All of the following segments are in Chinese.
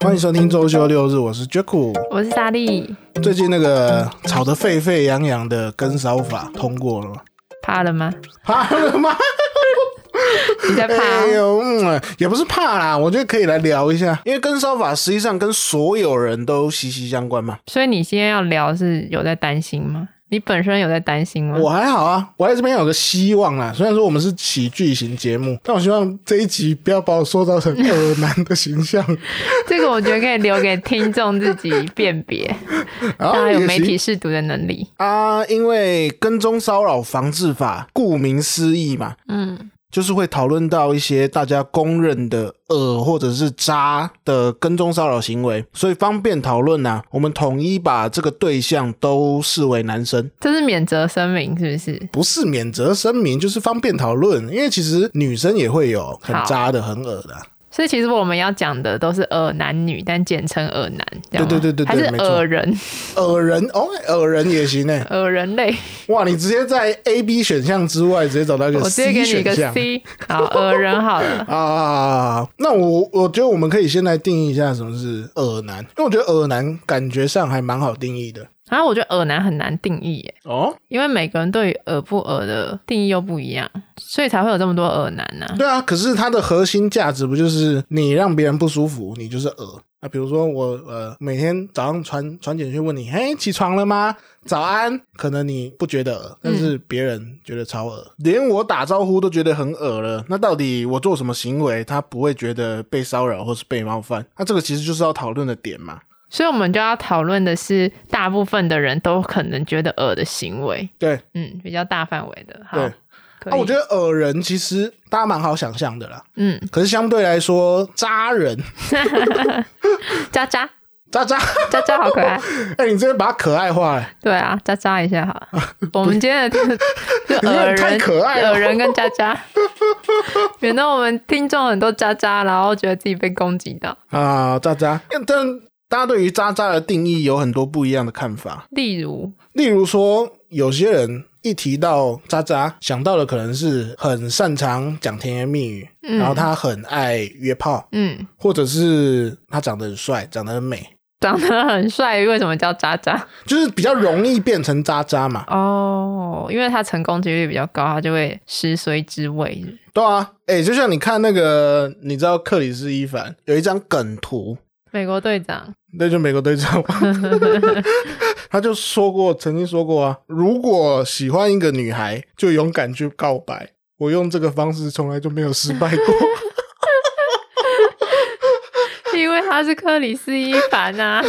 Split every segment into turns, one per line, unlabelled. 欢迎收听周休六日，我是 Jaco。
我是莎莉，
最近那个吵得沸沸扬扬的跟骚法通过了吗？
怕了吗？
怕了吗？
你在怕？
哎呦，嗯，也不是怕啦，我觉得可以来聊一下，因为跟骚法实际上跟所有人都息息相关嘛。
所以你今天要聊是有在担心吗？你本身有在担心吗？
我还好啊，我在这边有个希望啦。虽然说我们是喜剧型节目，但我希望这一集不要把我塑造成恶男的形 象。
这个我觉得可以留给听众自己辨 别，
然
大
后
家有
哦啊也
媒
行
体试读的能力。
啊，因为跟踪骚扰防治法顾名思义嘛，
嗯，
就是会讨论到一些大家公认的恶或者是渣的跟踪骚扰行为，所以方便讨论呐、我们统一把这个对象都视为男生，
这是免责声明，是不是？
不是免责声明，就是方便讨论。因为其实女生也会有很渣的、很恶的啊、
所以其实我们要讲的都是恶男女，但简称恶男，这样吗
对对对对对
还是
没错
恶人，
恶人哦，恶人也行呢。
恶人类。
哇，你直接在 A、B 选项之外直接找到一
我
个
直接给
C
你一个
选项。
C，好，恶人好了。
啊，那我我觉得我们可以先来定义一下什么是恶男，因为我觉得恶男感觉上还蛮好定义的
然后我觉得恶男很难定义耶，
哦。
因为每个人对于恶不恶的定义又不一样，所以才会有这么多恶男呢、
对啊，可是它的核心价值不就是你让别人不舒服，你就是恶啊？比如说我呃每天早上传传简讯问你，嘿，起床了吗？早安，可能你不觉得恶，
嗯
但是别人觉得超恶，连我打招呼都觉得很恶了。那到底我做什么行为，他不会觉得被骚扰或是被冒犯？那这个其实就是要讨论的点嘛。
所以我们就要讨论的是，大部分的人都可能觉得恶的行为，
对
嗯，比较大范围的，好
对，，
可以。
啊，我觉得恶人其实大家蛮好想象的啦，
嗯，
可是相对来说，渣人，
渣渣
渣渣，
渣渣好 可爱，
哎、你这边把它可爱化了。
对啊，渣渣一下好了。 我们今天的就
你
恶
们
人、
太可爱了
恶人跟渣 渣，免得我们听众很多渣渣，然后觉得自己被攻击到。
啊、渣渣，但大家对于渣渣的定义有很多不一样的看法。
例如，
例如说，有些人一提到渣渣，想到的可能是很擅长讲甜言蜜语，
嗯
然后他很爱约炮，
嗯，
或者是他长得很帅，长得很美，
长得很帅，为什么叫渣渣？
就是比较容易变成渣渣嘛。
哦，因为他成功几率比较高，他就会食髓知味。
对啊，哎、就像你看那个，你知道克里斯·伊凡有一张梗图，
美国队长，
那就美国队长嘛，他就说过，曾经说过啊，如果喜欢一个女孩，就勇敢去告白。我用这个方式从来就没有失败 过。
因为他是克里斯伊凡啊，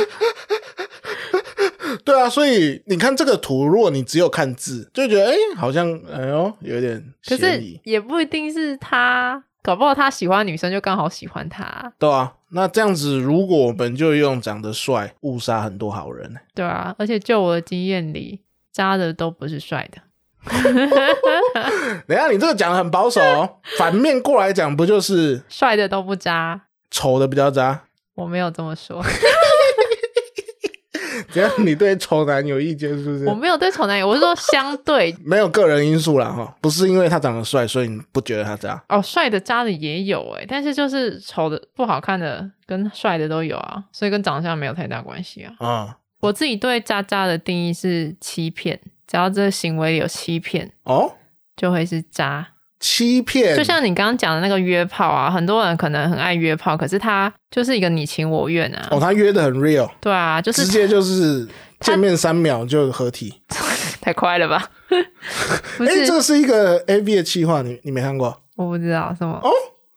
对啊，所以你看这个图，如果你只有看字，就觉得哎、诶好像哎呦有点
可是
嫌疑，
也不一定是他，搞不好他喜欢女生就刚好喜欢他，
对啊。那这样子，如果我们就用长得帅误杀很多好人，
对啊。而且就我的经验里，渣的都不是帅的，
等一下你这个讲的很保守、哦，反面过来讲不就是
帅的都不渣。
丑的比较渣？
我没有这么说，
只要你对丑男有意见，是不是？
我没有对丑男友，我是说相对
没有个人因素啦，哈，不是因为他长得帅，所以你不觉得他渣？
哦，帅的渣的也有诶、但是就是丑的不好看的跟帅的都有啊，所以跟长相没有太大关系啊。
啊、
我自己对渣渣的定义是欺骗，只要这个行为有欺骗，
哦，
就会是渣。
欺骗，
就像你刚刚讲的那个约炮啊，很多人可能很爱约炮，可是他就是一个你情我愿啊。
哦，他约的很 real，
对啊，就
直
是
接就是见面三秒就合体。
太快 了吧？不
哎、
是，
这个是一个 A V 的企划，你你没看过？
我不知道什么。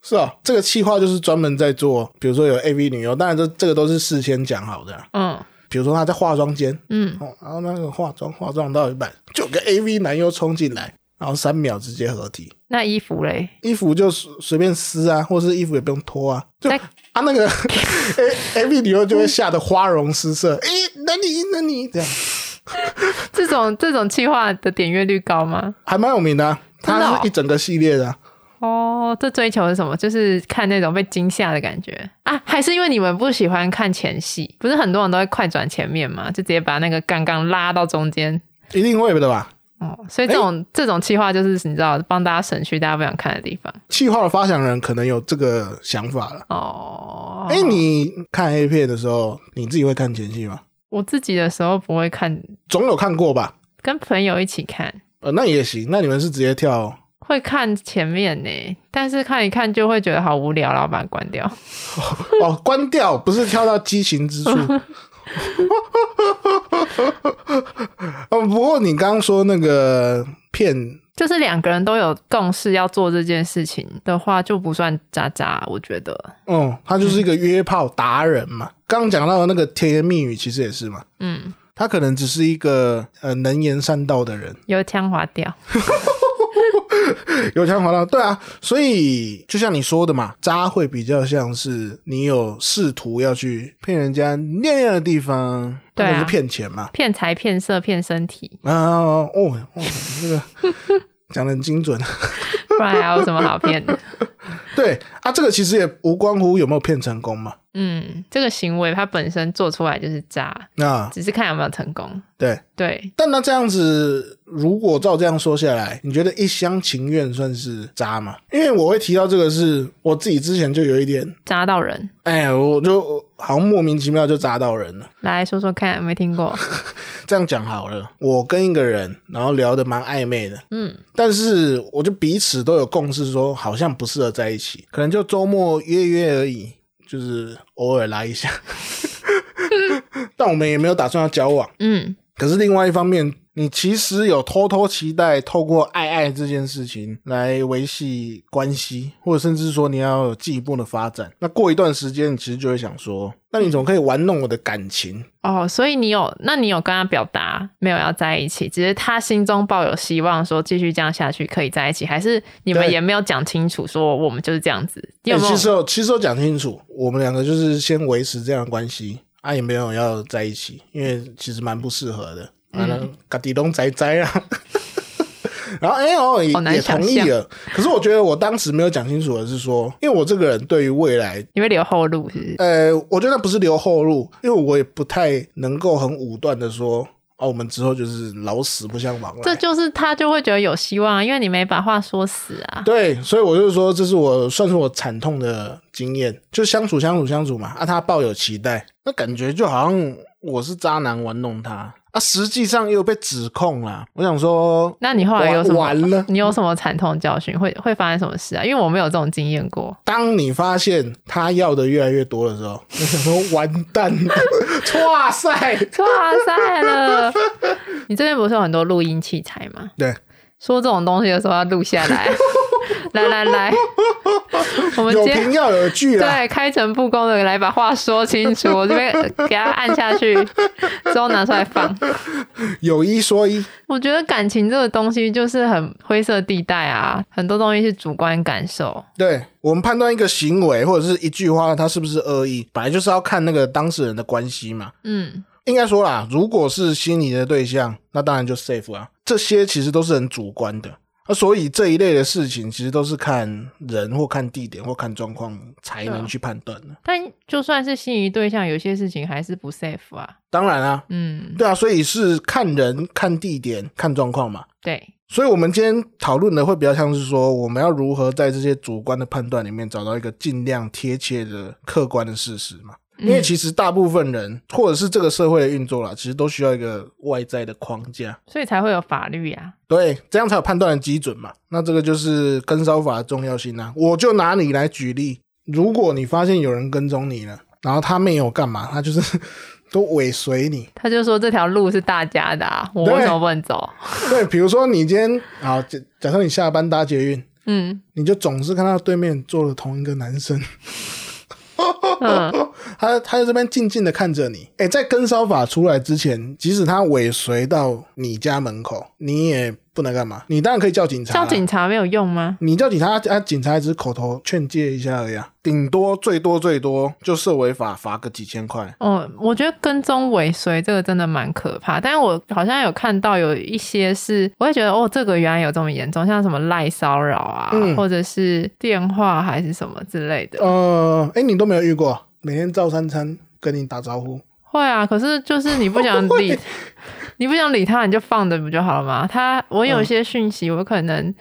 是哦，这个企划就是专门在做，比如说有 A V 女优，当然这这个都是事先讲好的啊、
嗯
比如说她在化妆间，
嗯，
哦，然后那个化妆化妆到一半，就有个 A V 男优冲进来，然后三秒直接合体。
那衣服嘞？
衣服就随随便撕啊，或是衣服也不用脱啊，就
在
啊那个 A A B 女优就会吓得花容失色，诶、那你那你这样
这种这种企划的点阅率高吗？
还蛮有名的、啊，
真的哦
它是一整个系列的啊、
哦，这追求是什么？就是看那种被惊吓的感觉啊，还是因为你们不喜欢看前戏？不是很多人都会快转前面嘛，就直接把那个杠杠拉到中间。
一定会的吧？
哦，所以这种、这种企划就是你知道帮大家省去大家不想看的地方
气化的发想人可能有这个想法了。
哦。
哎、你看 A 片的时候，你自己会看前戏吗？
我自己的时候不会看，
总有看过吧？
跟朋友一起看
呃，那也行。那你们是直接 跳？
会看前面呢，但是看一看就会觉得好无聊，然后把它关掉。
哦，关掉，不是跳到激情 之处。嗯，不过你刚刚说那个片，
就是两个人都有共识要做这件事情的话，就不算渣渣，我觉得。
嗯，他就是一个约炮达人嘛。刚刚讲到的那个甜言蜜语，其实也是嘛。
嗯，
他可能只是一个呃能言善道的人，
油腔滑调。嗯
有腔滑道。对啊，所以就像你说的嘛，渣会比较像是你有试图要去骗人家恋恋的地方，
对啊
或者是骗钱嘛。
骗财、骗色、骗身体，
啊哦哦，这个讲的很精准。啊
不然还有什么好骗的？
对啊，这个其实也无关乎有没有骗成功嘛。
嗯，这个行为它本身做出来就是渣，
啊，
只是看有没有成功。
对，
对，
但那这样子，如果照这样说下来，你觉得一厢情愿算是渣吗？因为我会提到这个是，我自己之前就有一点，
渣到人。
哎，我就好像莫名其妙就渣到人了。
来说说看，没听过。
这样讲好了，我跟一个人，然后聊得蛮暧昧的，
嗯，
但是我就彼此都有共识说，好像不适合在一起，可能就周末约约而已，就是偶尔来一下。 但我们也没有打算要交往。
嗯，
可是另外一方面，你其实有偷偷期待透过爱爱这件事情来维系关系，或者甚至说你要有进一步的发展。那过一段时间，你其实就会想说，那你怎么可以玩弄我的感情？
哦，所以你有，那你有跟他表达没有要在一起，只是他心中抱有希望，说继续这样下去可以在一起，还是你们
对
也没有讲清楚，说我们就是这样子，你有
欸、
没
其实
有？
我其实我讲清楚，我们两个就是先维持这样的关系，啊也没有要在一起，因为其实蛮不适合的。
嗯
啊完了，嘎底东宅宅 啊。然后哎、哦，也
好难
也同意
想象
了。可是我觉得我当时没有讲清楚的是说，因为我这个人对于未来
你会留后路，是不是？
呃，我觉得不是留后路，因为我也不太能够很武断的说，哦，我们之后就是老死不相往
这
来。
就是他就会觉得有希望啊，因为你没把话说死啊。
对，所以我就说，这是我算是我惨痛的经验，就相处相处相处嘛，啊，他抱有期待，那感觉就好像我是渣男玩弄他啊，实际上又被指控啦。我想说，
那你后来有什么？
完完了
你有什么惨痛教训？会会发生什么事啊？因为我没有这种经验过。
当你发现他要的越来越多的时候，我想说完蛋 了，哇塞，
哇塞了！ 你这边不是有很多录音器材吗？
对，
说这种东西的时候要录下来。 来来来，我们
有
今
凭
天
要有据啦。
对开诚布公的来把话说清楚。我这边呃给他按下去，之后拿出来放。
有一说一，
我觉得感情这个东西就是很灰色地带啊，很多东西是主观感受。
对我们判断一个行为或者是一句话，它是不是恶意，本来就是要看那个当事人的关系嘛。
嗯，
应该说啦，如果是心仪的对象，那当然就 safe 啊。这些其实都是很主观的，那所以这一类的事情其实都是看人或看地点或看状况才能去判断的。
但就算是心仪对象，有些事情还是不 safe 啊。
当然啊，
嗯，
对啊，所以是看人、看地点、看状况嘛。
对，
所以，我们今天讨论的会比较像是说，我们要如何在这些主观的判断里面找到一个尽量贴切的客观的事实嘛？因
嗯
为其实大部分人，或者是这个社会的运作啦，其实都需要一个外在的框架，
所以才会有法律啊。
对，这样才有判断的基准嘛。那这个就是跟梢法的重要性啊。我就拿你来举例，如果你发现有人跟踪你了，然后他没有干嘛，他就是 都尾随你，
他就说这条路是大家的、啊，我
对
为什么不能走？
对，比如说你今天好，假假设你下班搭捷运，
嗯
你就总是看到对面坐了同一个男生，
嗯，
他他在这边静静的看着你。哎、在跟梢法出来之前，即使他尾随到你家门口，你也不能干嘛。你当然可以叫警察，啊
叫警，察没有用吗？
你叫警察，啊，警察只是口头劝诫一下而已、啊，顶多最多最多就涉违法，罚个几千块。
哦，我觉得跟踪尾随这个真的蛮可怕，但是我好像有看到有一些是，我会觉得哦，这个原来有这么严重，像什么赖骚扰啊，
嗯
或者是电话还是什么之类的。
呃，哎、你都没有遇过，每天照三餐跟你打招呼，
会啊，可是就是你不想 理
会，
你不想理他，你就放着不就好了吗？他我
嗯
有一些讯息，我可能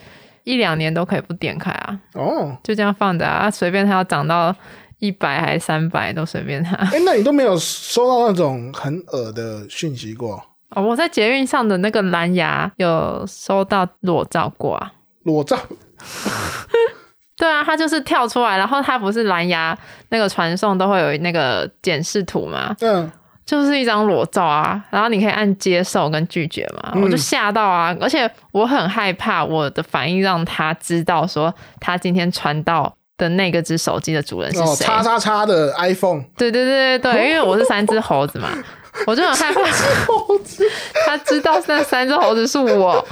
一两年都可以不点开啊，
哦，
就这样放着啊，随便他要涨到一百还是三百都随便他。
哎、那你都没有收到那种很恶的讯息过？
哦，我在捷运上的那个蓝牙有收到裸照过啊。
裸照
对啊，它就是跳出来，然后它不是蓝牙那个传送都会有那个检视图嘛，
嗯，
就是一张裸照啊，然后你可以按接受跟拒绝嘛，
嗯
我就吓到啊，而且我很害怕我的反应让他知道说他今天传到的那个只手机的主人是
哦，
谁，
叉叉叉的 iPhone，
对对对对
哦
对，因为我是三只猴 子嘛，我就很害怕他知道那三只猴子 是我，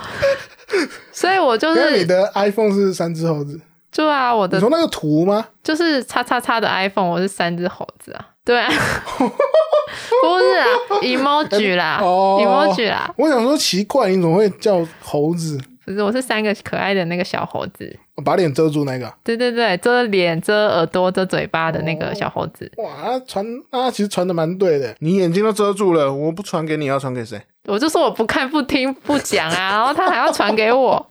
所以我就
因为你
是
的 iPhone 是三只猴子，
对啊，我的
你说那个图吗？
就是叉叉叉的 iPhone，我是三只猴子啊，对 啊，不是啊，emoji 啦、
哦
e m o j i 啦，
我想说奇怪，你怎么会叫猴子？
不是，我是三个可爱的那个小猴子，
把脸遮住那个啊？
对对对，遮脸、遮耳朵、遮嘴巴的那
哦
个小猴子，
哇，他传他其实传的蛮对的，你眼睛都遮住了，我不传给你，要传给谁？
我就说我不看、不听、不讲 啊，然后他还要传给我，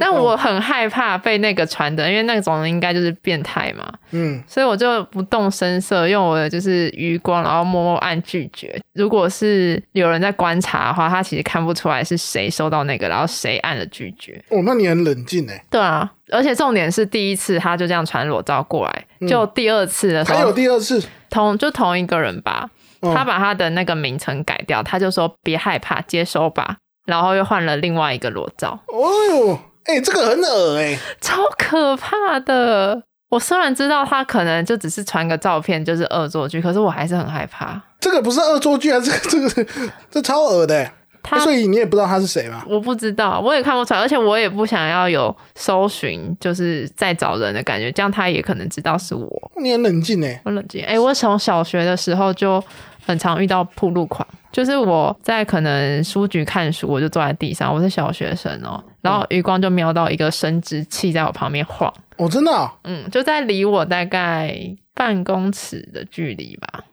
但我很害怕被那个传的，因为那种人应该就是变态嘛，
嗯，
所以我就不动声色，用我的就是余光，然后默默按拒绝。如果是有人在观察的话，他其实看不出来是谁收到那个，然后谁按了拒绝。
哦，那你很冷静哎，
对啊，而且重点是第一次他就这样传裸照过来，就第二次的时
嗯还有
候，
第二次，
同就同一个人吧，
嗯
他把他的那个名称改掉，他就说别害怕，接收吧。然后又换了另外一个裸照，
哦呦，哎、这个很恶哎、
超可怕的。我虽然知道他可能就只是传个照片，就是恶作剧，可是我还是很害怕。
这个不是恶作剧啊，这个这个是这超恶的、欸
他
所以你也不知道他是谁嘛？
我不知道，我也看不出来，而且我也不想要有搜寻，就是在找人的感觉，这样他也可能知道是我。
你很冷静哎、
我冷静，哎、我从小学的时候就很常遇到铺路狂，就是我在可能书局看书，我就坐在地上，我是小学生哦、然后余光就瞄到一个生殖器在我旁边晃，
哦，真的、哦，
嗯，就在离我大概半公尺的距离吧，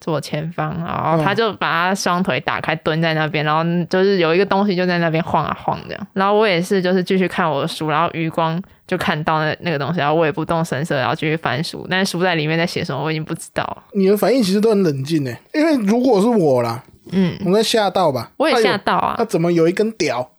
左前方，然
嗯
后他就把他双腿打开蹲在那边，然后就是有一个东西就在那边晃啊晃这样。然后我也是就是继续看我的书，然后余光就看到那那个东西，然后我也不动声色，然后继续翻书，但是书在里面在写什么我已经不知道了。
你的反应其实都很冷静哎、因为如果是我啦，
嗯，
我在吓到吧？
我也吓到
哎呦
啊
那、。怎么有一根屌？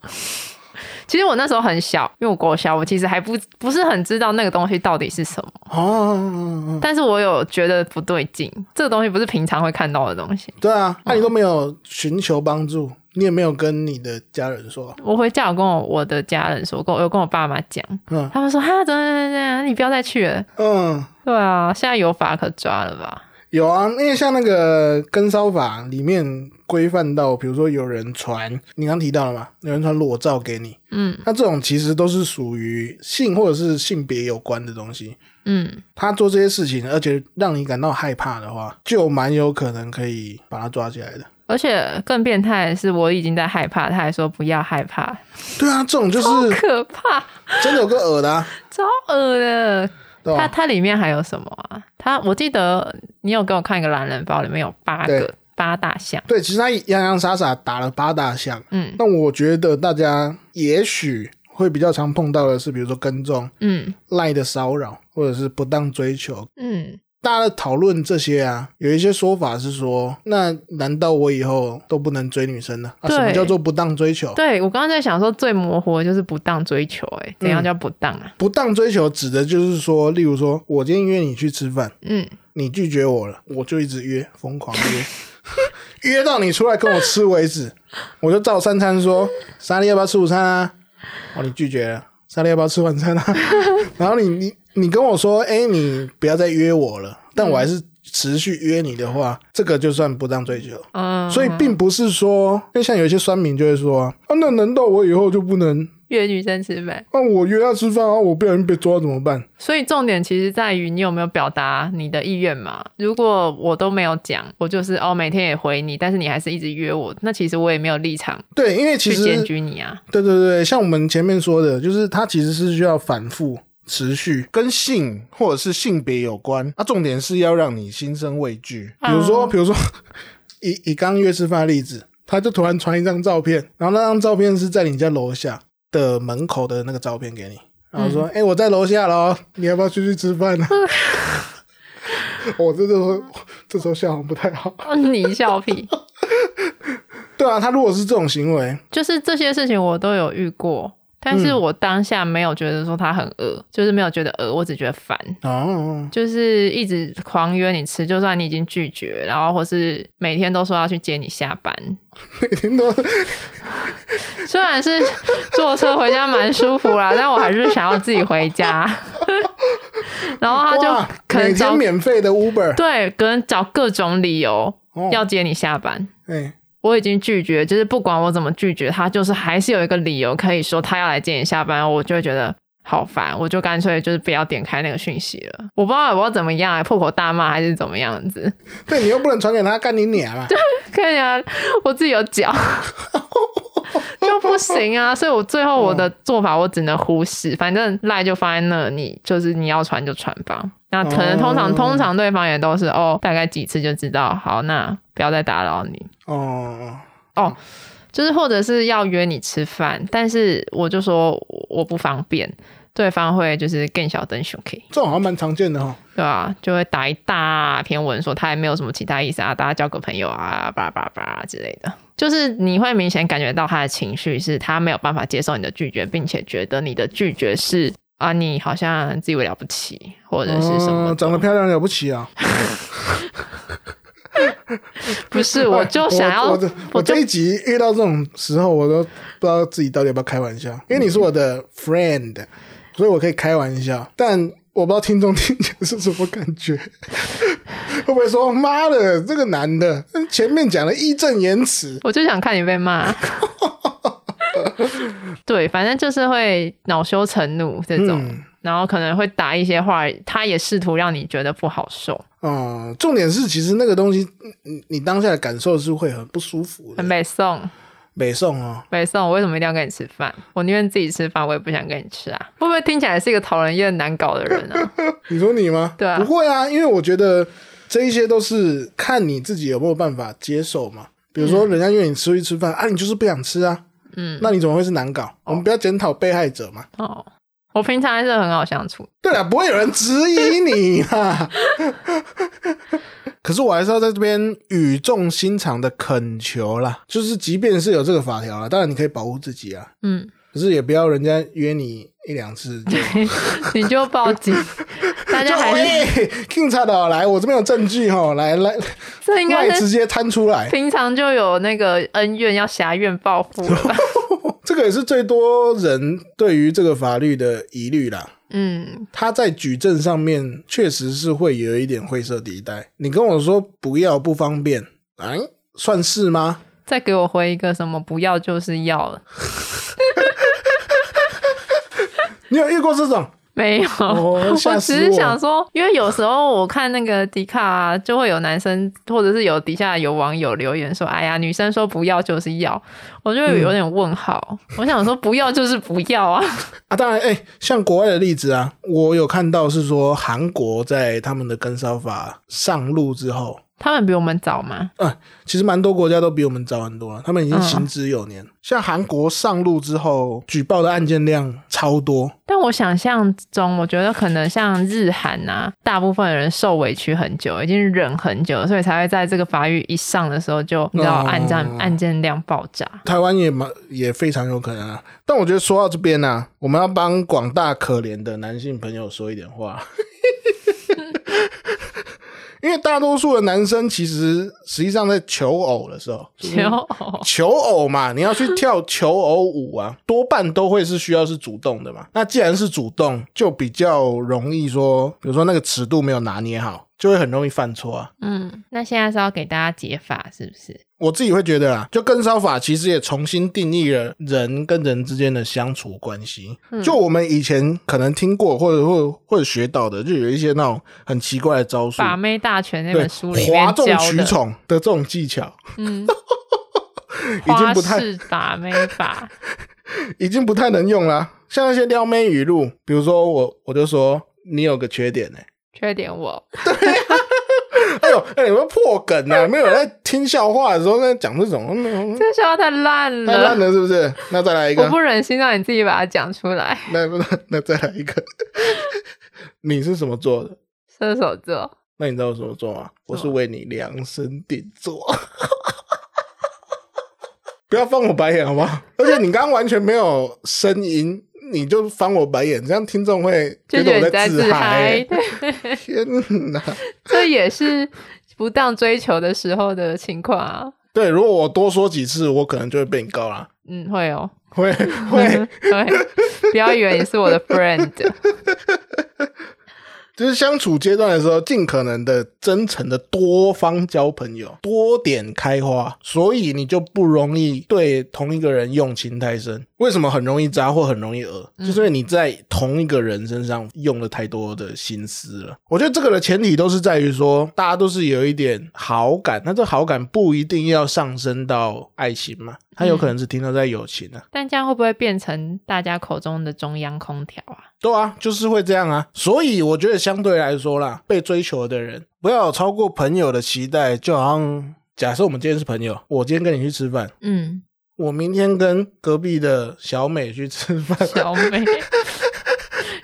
其实我那时候很小，因为我国小，我其实还不不是很知道那个东西到底是什么，
哦，
但是我有觉得不对劲，这个东西不是平常会看到的东西。
对啊，
嗯
那、你都没有寻求帮助，你也没有跟你的家人说，
我回家有跟我我的家人说，跟我有跟我爸妈讲，
嗯
他们说哈，怎么怎么怎么，你不要再去了。
嗯，
对啊，现在有法可抓了吧？
有啊，因为像那个跟骚法里面规范到，比如说有人传，你刚提到了嘛，有人传裸照给你，
嗯
那这种其实都是属于性或者是性别有关的东西。
嗯，
他做这些事情，而且让你感到害怕的话，就蛮有可能可以把他抓起来的。
而且更变态的是，我已经在害怕，他还说不要害怕，
对啊，这种就是
好可怕，
真的有个恶的、啊，
超恶的。
对啊
它
吧？
它里面还有什么啊？它我记得你有给我看一个懒人包，里面有八
对
个八大项。
对，其实他洋洋洒洒打了八大项。
嗯
那我觉得大家也许会比较常碰到的是，比如说跟踪、
嗯
赖的骚扰，或者是不当追求。
嗯，
大家讨论这些啊，有一些说法是说，那难道我以后都不能追女生了？啊，
对
什么叫做不当追求？
对我刚刚在想说，最模糊的就是不当追求、欸，怎样
嗯
叫不当啊？
不当追求指的就是说，例如说我今天约你去吃饭，
嗯，
你拒绝我了，我就一直约，疯狂约，约到你出来跟我吃为止。我就照三餐说，莎莉要不要吃午餐啊？哦，你拒绝了，莎莉要不要吃晚餐啊？ 然后你你你跟我说，哎、你不要再约我了，但我还是持续约你的话，这个就算不当追求。
嗯，
所以并不是说，因为像有一些酸民就会说，啊，那难道我以后就不能？
约女生吃饭。
那、我约她吃饭啊，我不小心被抓怎么办？
所以重点其实在于你有没有表达你的意愿嘛。如果我都没有讲，我就是哦每天也回你，但是你还是一直约我，那其实我也没有立场
对，因为其
去
实
检举你啊。
对对对，像我们前面说的，就是它其实是需要反复、持续，跟性或者是性别有关。啊，重点是要让你心生畏惧。比如说，
嗯
比如说，以以刚刚约吃饭的例子，他就突然传一张照片，然后那张照片是在你家楼下的门口的那个照片给你，然后
嗯
说：“哎、我在楼下喽，你要不要出去吃 饭呢、啊我这时候这时候笑容不太好。
你笑屁，
对啊，他如果是这种行为，
就是这些事情我都有遇过，但
嗯
是我当下没有觉得说他很饿，就是没有觉得饿，我只觉得烦。
哦，
就是一直狂约你吃，就算你已经拒绝，然后或是每天都说要去接你下班，
每天都
虽然是坐车回家蛮舒服 啦，但我还是想要自己回家。然后他
哇
就可
每
能
天
找
免费的 Uber，
对，可能找各种理由
哦
要接你下班。
哎、
我已经拒绝，就是不管我怎么拒绝，他就是还是有一个理由可以说他要来接你下班，我就会觉得好烦，我就干脆就是不要点开那个讯息了。我不知道我不知道怎么样、破口大骂还是怎么样子。
对你又不能传给他干你娘 嘛，
可以啊，我自己有脚。就不行啊，所以我最后我的做法我只能忽视，反正赖就放在那，你就是你要传就传吧。那可能通常、
哦
通常对方也都是哦，大概几次就知道，好，那不要再打扰你，
哦，
就是或者是要约你吃饭，但是我就说我我不方便，对方会就是更小灯熊 K，
这种好像蛮常见的哈。
对啊，就会打一大篇文说他也没有什么其他意思啊，大家交个朋友啊，叭叭叭之类的。就是你会明显感觉到他的情绪是他没有办法接受你的拒绝，并且觉得你的拒绝是啊，你好像自以为了不起或者是什么的、
哦长得漂亮了不起啊！
不是，我就想要，
我我这我
就
这一集遇到这种时候，我都不知道自己到底要不要开玩笑，因为你是我的 friend，所以我可以开玩笑，但我不知道听众听起来是什么感觉， 会不会说妈的这个男的前面讲的义正言辞，
我就想看你被骂。对，反正就是会恼羞成怒这种，
嗯
然后可能会打一些话，他也试图让你觉得不好受。
嗯，重点是其实那个东西，你你当下的感受是会很不舒服
很
的。
北宋，
北宋哦，
北宋，我为什么一定要跟你吃饭？我宁愿自己吃饭，我也不想跟你吃啊！会不会听起来是一个讨人厌、难搞的人啊？
你说你吗？
对啊
不会啊，因为我觉得这一些都是看你自己有没有办法接受嘛。比如说，人家约你出去吃饭、啊，你就是不想吃啊，
嗯，
那你怎么会是难搞？我们不要检讨被害者嘛。
哦，我平常还是很好相处，
对啊，不会有人质疑你啦。 可是我还是要在这边语重心长的恳求啦，就是即便是有这个法条啦，当然你可以保护自己啊，
嗯，
可是也不要人家约你一两次 就
你 就报警，大
就
家还是
哎，警察的来，我这边有证据哈，来来，
这应
赖
该
直
是
接摊出来，
平常就有那个恩怨要挟怨报复了 吧？
这个也是最多人对于这个法律的疑虑啦。
嗯，
他在举证上面确实是会有一点灰色地带。你跟我说不要不方便，哎，算是吗？
再给我回一个什么不要就是要了，
你有遇过这种？
没有，
哦吓
我
死
只是
我
想说，因为有时候我看那个迪卡、就会有男生，或者是有底下有网友留言说：“哎呀，女生说不要就是要。”我就有点问号， 我想说不要就是不要啊。
啊，当然，哎、像国外的例子啊，我有看到是说韩国在他们的跟烧法上路之后，
他们比我们早嘛，
其实蛮多国家都比我们早很多了，他
嗯
们已经行之有年。像韩国上路之后，举报的案件量超多，
但我想象中，我觉得可能像日韩啊，大部分人受委屈很久，已经忍很久了，所以才会在这个法律一上的时候就，你知道
哦
案件、案件量爆炸。
台湾也蛮也非常有可能啊。但我觉得说到这边呢、啊，我们要帮广大可怜的男性朋友说一点话， 因为大多数的男生其实实际上在求偶的时候，就是
求偶
求偶嘛，你要去跳求偶舞啊， 多半都会是需要是主动的嘛。那既然是主动，就比较容易说，比如说那个尺度没有拿捏好，就会很容易犯错啊。
嗯，那现在是要给大家解法是不是？
我自己会觉得啊，就跟烧法其实也重新定义了人跟人之间的相处关系。
嗯
就我们以前可能听过或者或或者学到的，就有一些那种很奇怪的招数，
把妹大全》那
对
本书里面
哗
教
众取
的，
宠的这种技巧，
嗯，
已经
花
不太
式把妹法，
已经不太能用啦。像那些撩妹语录，比如说我我就说你有个缺点呢、
缺点我
哎呦，哎，你们破梗啊！没有人在听笑话的时候在讲这种，嗯
这笑话太烂了，
太烂了，是不是？那再来一
我
个，
不忍心让你自己把它讲出来。
那那那再来一个。 你是什么座的？
射手座，
那你知道嗯我什么座吗？我是为你量身定做。不要翻我白眼好不好？而且你刚刚完全没有声音，你就翻我白眼，这样听众会
就
觉得
觉得
我
你在
自
自嗨
嗨。，天哪！
这也是不当追求的时候的情况啊。
对，如果我多说几次，我可能就会被你告啦。
嗯，会哦，
会 会，
对，不要以为你是我的 friend，
就是相处阶段的时候，尽可能的真诚的多方交朋友，多点开花，所以你就不容易对同一个人用情太深。为什么很容易渣或很容易讹？就是因为你在同一个人身上用了太多的心思了。我觉得这个的前提都是在于说，大家都是有一点好感，那这好感不一定要上升到爱情嘛，它有可能是停留在友情啊。
但这样会不会变成大家口中的中央空调啊？
对啊，就是会这样啊。所以我觉得相对来说啦，被追求的人不要有超过朋友的期待，就好像假设我们今天是朋友，我今天跟你去吃饭，
嗯，
我明天跟隔壁的小美去吃 饭，
小美，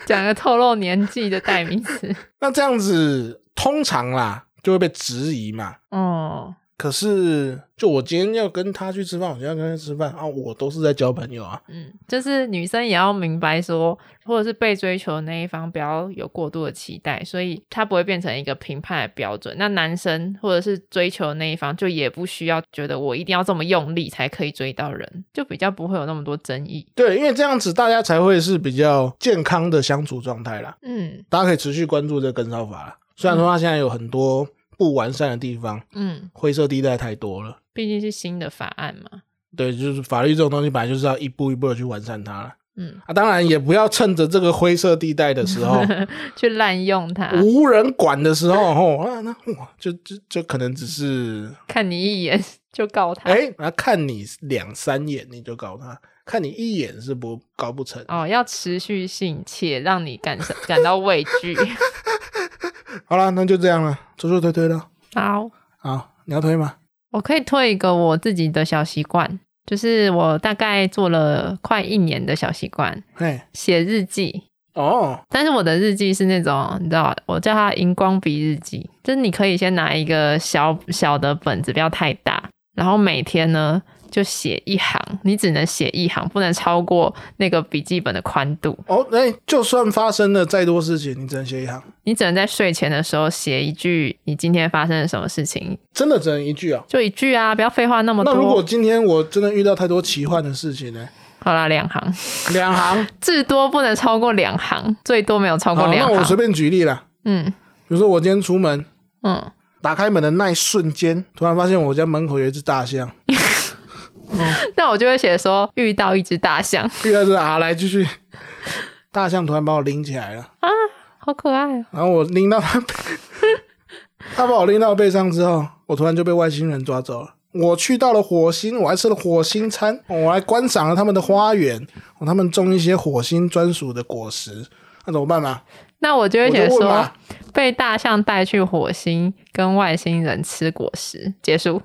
讲个透露年纪的代名词。
那这样子通常啦就会被质疑嘛。
哦，
可是，就我今天要跟他去吃饭，我今天要跟他吃饭啊，我都是在交朋友啊。
嗯，就是女生也要明白说，或者是被追求的那一方不要有过度的期待，所以它不会变成一个评判的标准。那男生或者是追求的那一方就也不需要觉得我一定要这么用力才可以追到人，就比较不会有那么多争议。
对，因为这样子大家才会是比较健康的相处状态啦。
嗯
大家可以持续关注这个跟骚法啦。虽然说它现在有很多不完善的地方，
嗯，
灰色地带太多了。
毕竟是新的法案嘛。
对，就是法律这种东西，本来就是要一步一步的去完善它了
嗯，
啊。当然，也不要趁着这个灰色地带的时候，
去滥用它，
无人管的时候，吼，啊，那哇，就就就可能只是，
看你一眼就告他。
哎，那看你两三眼你就搞他，看你一眼是不搞不成。
哦，要持续性且让你感受感到畏惧。
好啦，那就这样了，做做推推了。
好。
好，你要推吗？
我可以推一个我自己的小习惯，就是我大概做了快一年的小习惯，
嘿，
写日记。
哦，
但是我的日记是那种，你知道，我叫它荧光笔日记，就是你可以先拿一个小小的本子，不要太大，然后每天呢就写一行，你只能写一行，不能超过那个笔记本的宽度。
哦，哎，就算发生了再多事情，你只能写一行，
你只能在睡前的时候写一句你今天发生了什么事情，
真的只能一句啊。
就一句啊，不要废话那么
那如果
多。
今天我真的遇到太多奇幻的事情呢？
好啦，两行。
两行，
至多不能超过两行，最多没有超过
好，
两
啊那我随
行。
便举例啦，
嗯
比如说我今天出门，
嗯，
打开门的那一瞬间，突然发现我家门口有一只大象，
那我就会写说遇到一只大象，
遇到这啊，来继续，大象突然把我拎起来了，
好可爱、哦。
然后我拎到它背， 它把我拎到背上之后，我突然就被外星人抓走了。我去到了火星，我还吃了火星餐，我还观赏了他们的花园，哦他们种一些火星专属的果实，那怎么办嘛？
那我就
我
会
就
写
问嘛
说，被大象带去火星，跟外星人吃果实，结束。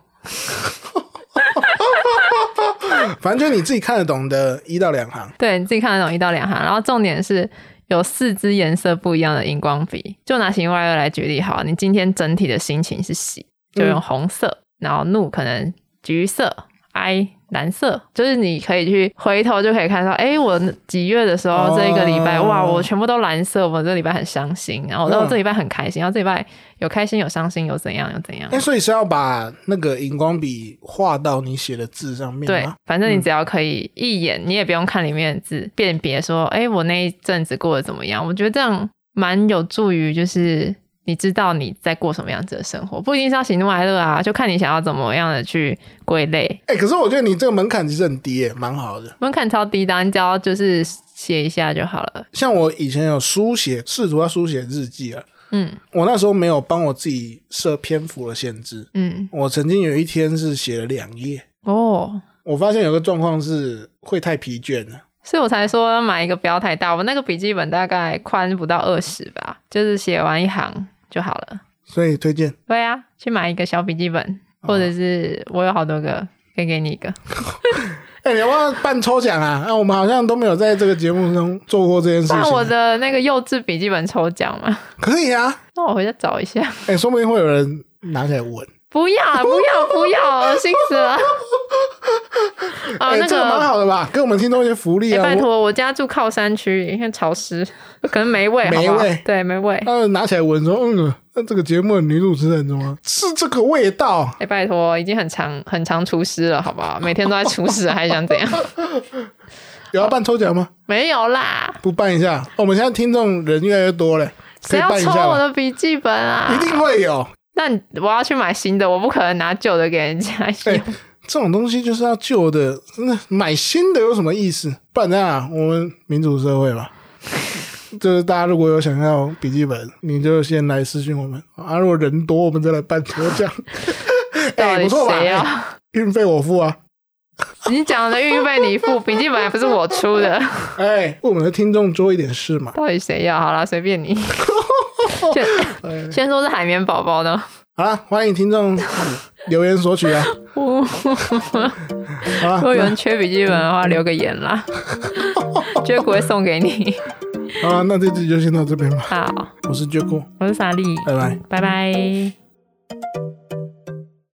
反正就你自己看得懂的一到两行。
对，你自己看得懂一到两行。然后重点是有四支颜色不一样的荧光笔，就拿喜怒哀乐来举例好了，你今天整体的心情是喜，就
嗯
用红色，然后怒可能橘色，I 蓝色，就是你可以去回头就可以看到，哎，我几月的时候、
哦
这一个礼拜，哇，我全部都蓝色，我这个礼拜很伤心，然后
嗯
我这礼拜很开心，然后这礼拜有开心有伤心有怎样有怎样
哎、。所以是要把那个荧光笔画到你写的字上面
对
吗？，
反正你只要可以一眼，你也不用看里面的字，辨别说，哎、我那一阵子过得怎么样？我觉得这样蛮有助于，就是你知道你在过什么样子的生活，不一定是要喜怒哀乐啊，就看你想要怎么样的去归类。
哎、可是我觉得你这个门槛其实很低、耶，蛮好的。
门槛超低的啊，你只要就是写一下就好了。
像我以前有书写，试图要书写日记啊，
嗯
我那时候没有帮我自己设篇幅的限制。
嗯，
我曾经有一天是写了两页，
哦，
我发现有个状况是会太疲倦了。
所以我才说要买一个不要太大，我那个笔记本大概宽不到二十吧，就是写完一行就好了。
所以推荐
对啊，去买一个小笔记本，
哦
或者是我有好多个，可以给你一个。
哎、你要不要办抽奖啊？啊，我们好像都没有在这个节目中做过这件事情
那
啊。
我的那个幼稚笔记本抽奖嘛，
可以啊，
那我回家找一下。
哎、说不定会有人拿起来闻。
不要啊，不要，不要，恶心 死了。
哎、
啊，那
这个蛮
个，
好的吧？给我们听众一些福利
哎
啊。
拜
我
托，我家住靠山区，你看潮湿，可能没味，好
没
不好
味
对，没味。
他呃拿起来闻说，嗯，那这个节目的女主持人怎么是这个味道？
哎、拜托，已经很常很常除湿了，好不 好？每天都在除湿，还想怎样？
有要办抽奖吗？
没有啦，
不办一下？哦我们现在听众人越来越多了，可
谁
以
要
办一
抽
下
我
吧。
的笔记本啊
一？定会有
那你我要去买新的，我不可能拿旧的给人家用。
哎这种东西，就是要旧的，那买新的有什么意思？不然这样啊，我们民主社会嘛， 就是大家如果有想要笔记本，你就先来私信我们啊。如果人多，我们再来办抽 奖。 哎、
到底
不错吧？
谁要？
哎运费我付啊。
你讲的运费你付，笔记本也不是我出的，
哎、为我们的听众做一点事嘛。
到底谁要？好啦，随便 你。先
哎
先说是海绵宝宝 呢，
好了，欢迎听众留言索取啊！
呜
好
如果有
了，
人缺笔记本的话，留个言 啦，绝不会送给你。
好啦，那这集就先到这边吧。
好，
我是 j a c o
我是莎莉，
拜拜。
拜拜。